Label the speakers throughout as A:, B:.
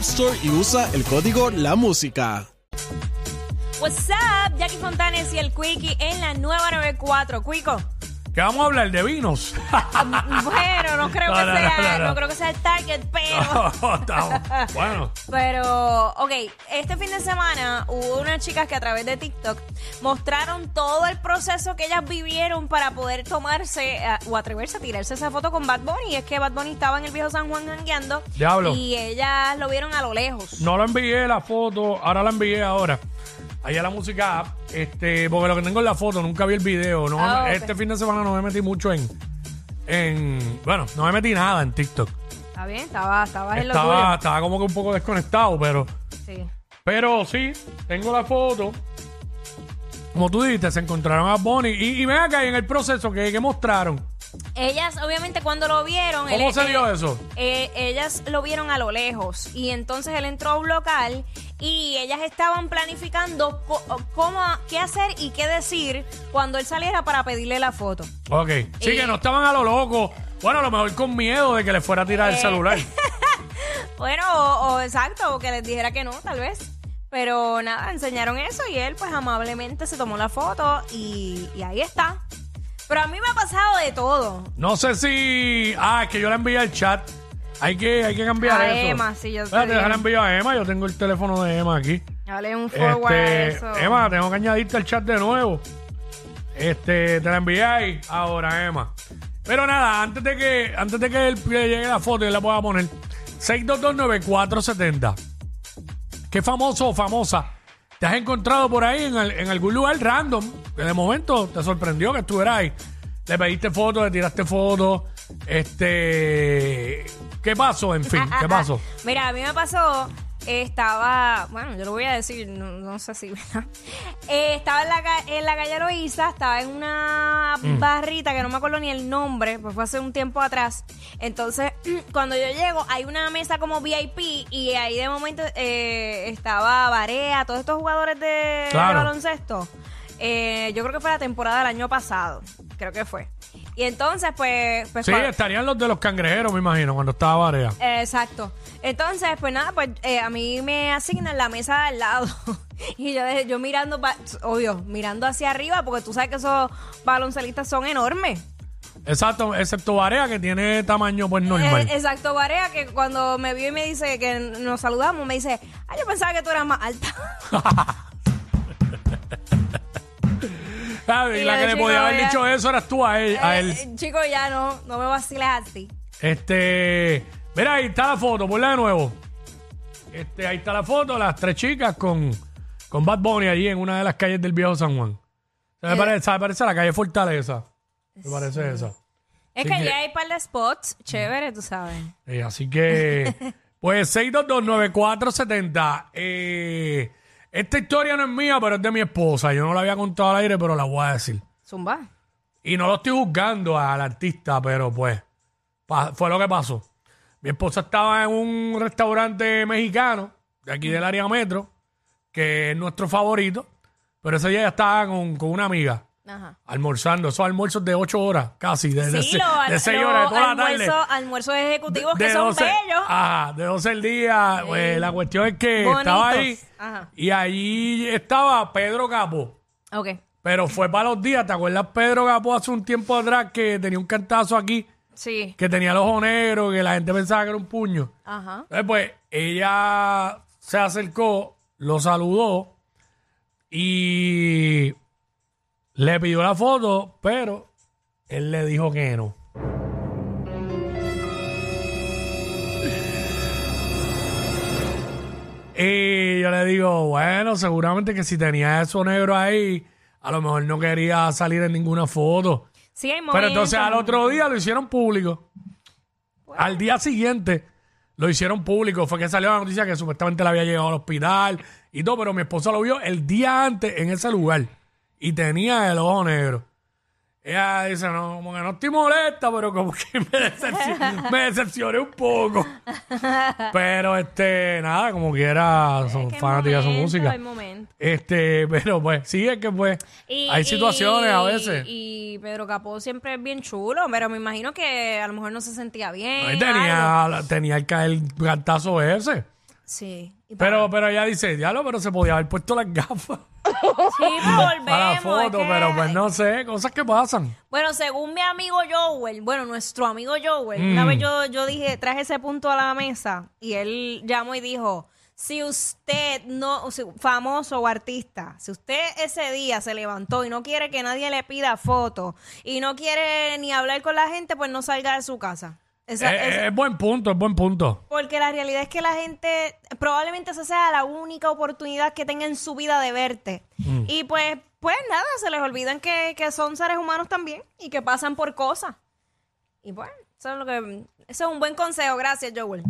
A: Store y usa el código La Música.
B: What's up, Jackie Fontanes y el Quickie en la nueva 94. Quico,
C: ¿Qué vamos a hablar? ¿De vinos?
B: bueno, no creo que
C: No, no,
B: sea,
C: no,
B: no,
C: no, no.
B: creo que sea el target, pero.
C: Estamos- bueno,
B: Pero, ok, este fin de semana hubo unas chicas que a través de TikTok mostraron todo el proceso que ellas vivieron para poder tomarse eh, o atreverse a tirarse esa foto con Bad Bunny. Y es que Bad Bunny estaba en el viejo San Juan jangueando
C: Diablo.
B: y ellas lo vieron a lo lejos.
C: no la envié la foto, ahora la envié ahora. Allá la música app, este, porque lo que tengo es la foto, nunca vi el video. No,
B: Ah, ok.
C: Este fin de semana no me metí mucho en, en. Bueno, no me metí nada en TikTok.
B: Está bien, estaba, estaba en lo
C: Estaba, estaba como que un poco desconectado, pero.
B: tuyo. Sí.
C: Pero sí, tengo la foto. Como tú dijiste, se encontraron a Bonnie. Y, y ven acá y en el proceso que, que mostraron.
B: Ellas, obviamente, cuando lo vieron.
C: ¿Cómo
B: él-
C: se
B: él-
C: dio eso?
B: Eh, ellas lo vieron a lo lejos y entonces él entró a un local y ellas estaban planificando co- cómo, qué hacer y qué decir cuando él saliera para pedirle la foto.
C: Ok. Sí,
B: Y-
C: que no estaban a lo loco. Bueno, a lo mejor con miedo de que le fuera a tirar el
B: Eh.
C: celular.
B: Bueno, o, o exacto, o que les dijera que no, tal vez. Pero nada, enseñaron eso y él pues amablemente se tomó la foto y, y ahí está. Pero a mí me ha pasado de todo.
C: No sé si. Ah, es que yo le envié al chat. Hay que, hay que cambiar
B: A
C: eso.
B: Emma, sí, yo te
C: Espérate,
B: dije.
C: déjala envío a Emma. Yo tengo el teléfono de Emma aquí.
B: Dale un forward a
C: Este,
B: eso.
C: Emma, tengo que añadirte al chat de nuevo. Este, te la envié ahí ahora, Emma. Pero nada, antes de que, antes de que él le llegue la foto y la pueda poner, 6229470. ¿Qué famoso o famosa te has encontrado por ahí en, al- en algún lugar random? Que de momento te sorprendió que estuviera ahí. Le pediste fotos, le tiraste fotos. Este. ¿Qué pasó? En
B: Ah,
C: fin, ¿qué pasó?
B: Mira, a mí me pasó, eh, estaba, bueno, yo lo voy a decir, no, no sé si, ¿verdad? Eh, estaba en la, ca- en la calle Loíza, estaba en una
C: Mm.
B: barrita que no me acuerdo ni el nombre, pues fue hace un tiempo atrás. Entonces, cuando yo llego, hay una mesa como VIP y ahí de momento eh, estaba Barea, todos estos jugadores de, de
C: Claro.
B: baloncesto. Eh, yo creo que fue la temporada del año pasado, creo que fue. Y entonces, pues... pues
C: Sí,
B: cua-
C: estarían los de los cangrejeros, me imagino, cuando estaba Varea.
B: eh, Exacto. Entonces, pues nada, pues eh, a mí me asignan la mesa de al lado. y yo, de- yo mirando, pa- obvio, mirando hacia arriba, porque tú sabes que esos baloncelistas son enormes.
C: Exacto, excepto Varea que tiene tamaño pues normal.
B: Eh, exacto, Varea, que cuando me vio y me dice que nos saludamos, me dice, ah, yo pensaba que tú eras más alta.
C: ¿Sabes?
B: sí,
C: la que
B: yo
C: le
B: digo,
C: podía haber
B: eh, Barea.
C: dicho eso eras tú a él. A
B: Eh,
C: él.
B: eh, chico, ya no, no me vaciles así.
C: Este, mira, ahí está la foto, ponla de nuevo. Este, ahí está la foto, las tres chicas con, con Bad Bunny allí en una de las calles del viejo San Juan. Se me
B: Eh.
C: parece, se me parece la calle Fortaleza. Me parece esa.
B: Es que
C: Sí que-
B: allá hay par de spots chévere, tú sabes.
C: Eh, así que, pues 6229470. Eh, esta historia no es mía, pero es de mi esposa. Yo no la había contado al aire, pero la voy a decir.
B: Zumba.
C: Y no lo estoy juzgando al artista, pero pues pa- fue lo que pasó. Mi esposa estaba en un restaurante mexicano de aquí del área metro, que es nuestro favorito, pero ese día ella estaba con, con una amiga
B: Ajá.
C: almorzando. Esos almuerzos de 8 horas, casi, de, de, se-
B: al-
C: de seis horas, de toda la tarde.
B: almuerzos, almuerzos ejecutivos que son
C: 12
B: bellos.
C: Ajá, de 12 el día. pues, la cuestión es que
B: Bonitos.
C: estaba ahí
B: Ajá.
C: y allí estaba Pedro Capo.
B: Ok.
C: Pero fue para los días, ¿te acuerdas Pedro Capó hace un tiempo atrás que tenía un cantazo aquí
B: Sí.
C: que tenía el ojo negro, que la gente pensaba que era un puño.
B: Ajá.
C: Entonces, pues, ella se acercó, lo saludó y le pidió la foto, pero él le dijo que no. Y yo le digo, bueno, seguramente que si tenía eso negro ahí, a lo mejor no quería salir en ninguna foto.
B: Sí, hay
C: Pero
B: momentos.
C: entonces al otro día lo hicieron público. Al día siguiente lo hicieron público. Fue que salió la noticia que supuestamente la había llegado al hospital y todo, pero mi esposa lo vio el día antes en ese lugar y tenía el ojo negro. Ella dice, no, como que no estoy molesta, pero como que me, decepcioné, me decepcioné un poco. Pero este, nada, como quiera, son
B: Es que hay
C: fanáticas de su
B: momentos,
C: música.
B: hay momentos.
C: Este, pero pues, sí, es que pues,
B: Y-
C: hay
B: y-
C: situaciones a veces.
B: Y Pedro Capó siempre es bien chulo, pero me imagino que a lo mejor no se sentía bien.
C: Ahí
B: algo.
C: tenía, tenía el, ca- el gantazo ese.
B: Sí. Y pa-
C: Pero, pero ella dice, diablo, pero se podía haber puesto las gafas
B: sí, pero volvemos.
C: para la foto,
B: es que-
C: pero pues no sé, cosas que pasan.
B: Bueno, según mi amigo Joel, bueno, nuestro amigo Joel, una
C: Mm.
B: vez yo, yo dije, traje ese punto a la mesa y él llamó y dijo, si usted no, si- famoso o artista, si usted ese día se levantó y no quiere que nadie le pida foto y no quiere ni hablar con la gente, pues no salga de su casa. Esa-
C: Eh,
B: esa-
C: eh, es buen punto, es buen punto.
B: porque la realidad es que la gente, probablemente esa sea la única oportunidad que tenga en su vida de verte.
C: Mm.
B: Y pues, pues nada, se les olvidan que, que son seres humanos también y que pasan por cosas. Y bueno, eso es lo que, eso es un buen consejo, gracias, Joel.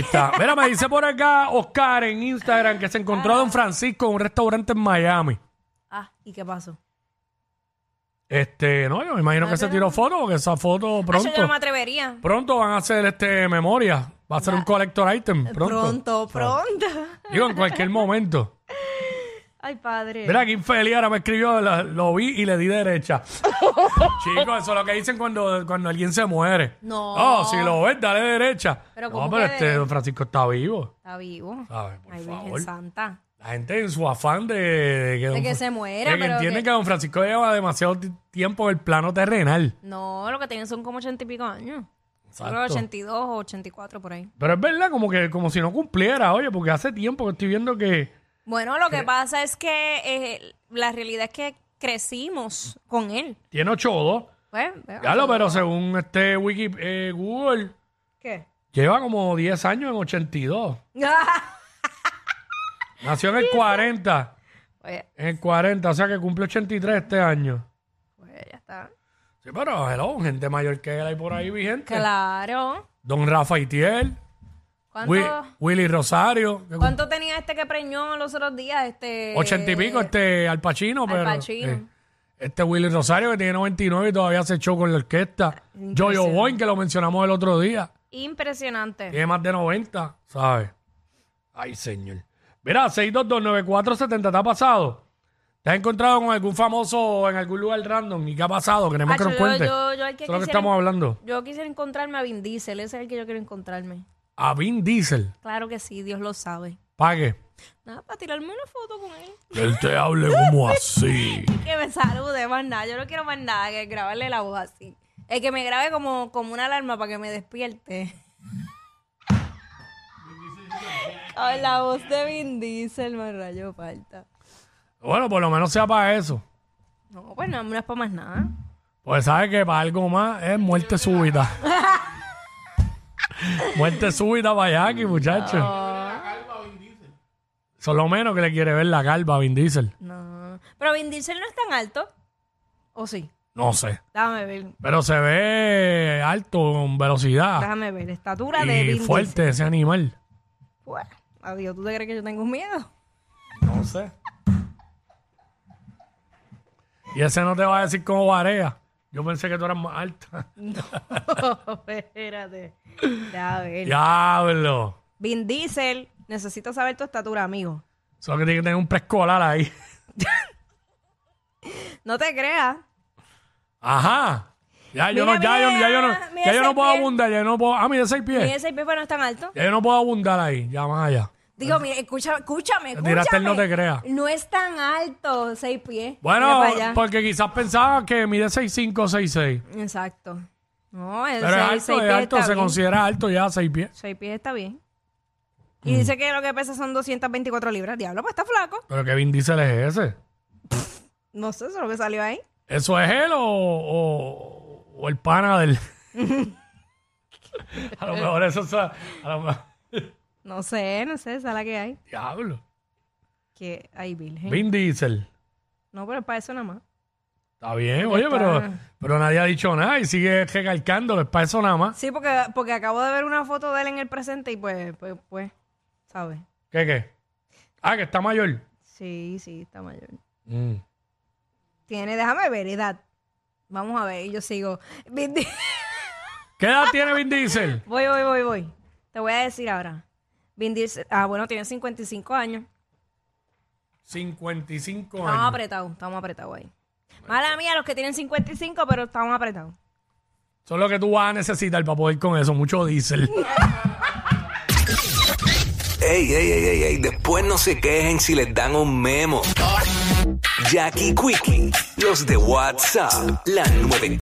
C: está. Mira, me dice por acá Oscar en Instagram que se encontró a Don Francisco en un restaurante en Miami.
B: Ah, ¿y qué pasó?
C: Este, no, yo me imagino que se tiró foto, porque esa foto
B: Ah, yo no
C: pronto,
B: me atrevería.
C: pronto van a hacer este memoria. Va a ser un collector item pronto.
B: Pronto, pronto.
C: Digo, en cualquier momento.
B: Ay, padre.
C: Mira, qué infeliz, ahora me escribió, la- lo vi y le di derecha. Chicos, eso es lo que dicen cuando, cuando alguien se muere.
B: No.
C: Oh, si lo ves, dale derecha.
B: Pero
C: no,
B: ¿cómo
C: pero
B: que
C: este
B: de-
C: don Francisco está vivo.
B: Está vivo.
C: ¿sabes? Por
B: Ay,
C: favor.
B: Virgen Santa.
C: La gente en su afán de, de que, don
B: que
C: Fra-
B: se muera,
C: de que
B: pero
C: entienden
B: que-
C: que... don Francisco lleva demasiado ti- tiempo en el plano terrenal.
B: No, lo que tienen son como ochenta y pico años.
C: Exacto.
B: Creo 82 o 84 por ahí.
C: Pero es verdad, como que como si no cumpliera, oye, porque hace tiempo que estoy viendo que...
B: Bueno, lo que pasa es que eh, la realidad es que crecimos con él.
C: Tiene 8 o 2.
B: Pues, vea,
C: Claro, pero según este Wiki, eh, Google,
B: ¿Qué?
C: lleva como 10 años en 82. Nació en el 40.
B: pues,
C: En el 40, o sea que cumple 83 este año.
B: pues, ya está.
C: Sí, pero hello, gente mayor que él hay por ahí vigente.
B: Claro.
C: Don Rafa Itiel,
B: ¿Cuánto,
C: Wi- Willy Rosario, que
B: cuánto tenía este que preñó los otros días? Este,
C: cum- 80 y pico este Al Pacino,
B: Al
C: pero
B: Pacino.
C: eh, este Willy Rosario que tiene 99 y todavía se echó con la orquesta. Jojo Boy, que lo mencionamos el otro día,
B: Impresionante.
C: tiene más de 90, ¿sabes? Ay, señor. Mira, 6229470, ¿te ha pasado? ¿Te has encontrado con algún famoso en algún lugar random? ¿Y qué ha pasado? Queremos
B: Ah,
C: que nos
B: yo-
C: cuentes.
B: yo- yo el que
C: Eso es lo que
B: quisiera-
C: estamos hablando.
B: Yo quisiera encontrarme a Vin Diesel, ese es el que yo quiero encontrarme.
C: A Vin Diesel.
B: Claro que sí, Dios lo sabe.
C: Pague.
B: Nada, para tirarme una foto con él.
C: Que él te hable como así.
B: Que me salude, más nada. Yo no quiero más nada que grabarle la voz así. Es que me grabe como, como una alarma para que me despierte. Ay, la voz de Vin Diesel me rayó falta.
C: Bueno, por lo menos sea para eso.
B: No, pues no, no es para más nada.
C: Pues sabes que para algo más es muerte súbita. muerte súbita para aquí, muchacho. Eso es lo menos que le quiere ver la calva a Vin Diesel.
B: No. Pero Vin Diesel no es tan alto. ¿O sí?
C: No sé.
B: Déjame ver.
C: Pero se ve alto, con velocidad.
B: Déjame ver. Estatura de
C: Ah. y
B: Vin
C: fuerte ese animal.
B: Diesel. Bueno, adiós. ¿Tú te crees que yo tengo miedo?
C: No sé. Y ese no te va a decir cómo varía. Yo pensé que tú eras más alta.
B: Espérate. Déjame ver.
C: Diablo.
B: Vin Diesel, necesito saber tu estatura, amigo.
C: Solo que tiene que tener un preescolar ahí.
B: No te creas.
C: Ajá. Ya yo no,
B: Mira,
C: ya, yo,
B: mira,
C: ya yo no,
B: mira
C: ya yo no
B: ese
C: puedo
B: pie.
C: abundar, ya yo no puedo. Ah, mira, seis
B: Mide
C: pies.
B: 6 pies, pero no es tan alto.
C: Ya yo no puedo abundar ahí, ya más allá.
B: Digo, mira, escucha- escúchame, escúchame.
C: Tiraste el no te creas.
B: No es tan alto, 6 pies.
C: Bueno, pues,
B: Mira para allá.
C: porque quizás pensaba que mide 6'5 o 6'6.
B: Exacto. No, el
C: Pero es
B: seis-
C: alto,
B: seis
C: es
B: pies
C: alto,
B: está
C: se
B: bien.
C: considera alto ya, seis pies.
B: Seis pies está bien.
C: Mm.
B: Y dice que lo que pesa son 224 libras. Diablo, pues está flaco.
C: Pero qué Vin Diesel es ese.
B: No sé, eso es lo que salió ahí.
C: ¿Eso es él o, o- o el pana del...? a lo mejor eso es... A lo mejor...
B: No sé, no sé, esa es la que hay.
C: Diablo.
B: Que hay virgen.
C: Vin Diesel.
B: No, pero es para eso nada más.
C: Está bien, oye,
B: está.
C: pero, pero nadie ha dicho nada y sigue recalcándolo. Es para eso nada más.
B: Sí, porque, porque acabo de ver una foto de él en el presente y pues, pues, pues, ¿sabes?
C: ¿Qué, qué? Ah, que está mayor.
B: Sí, sí, está mayor.
C: Mm.
B: Tiene, déjame ver, edad. Vamos a ver, y yo sigo. Vin Di-
C: ¿Qué edad tiene Vin Diesel?
B: Voy, voy, voy, voy. Te voy a decir ahora. Vin Diesel- ah, bueno, tiene 55 años.
C: 55
B: Estamos
C: años.
B: apretados, estamos apretados ahí. Mala mía, los que tienen 55, pero estamos apretados.
C: Eso es lo que tú vas a necesitar para poder con eso. Mucho diésel.
D: Ey, ey, ey, ey, ey, después no se quejen si les dan un memo. Jackie Quickie, los de WhatsApp, la 9.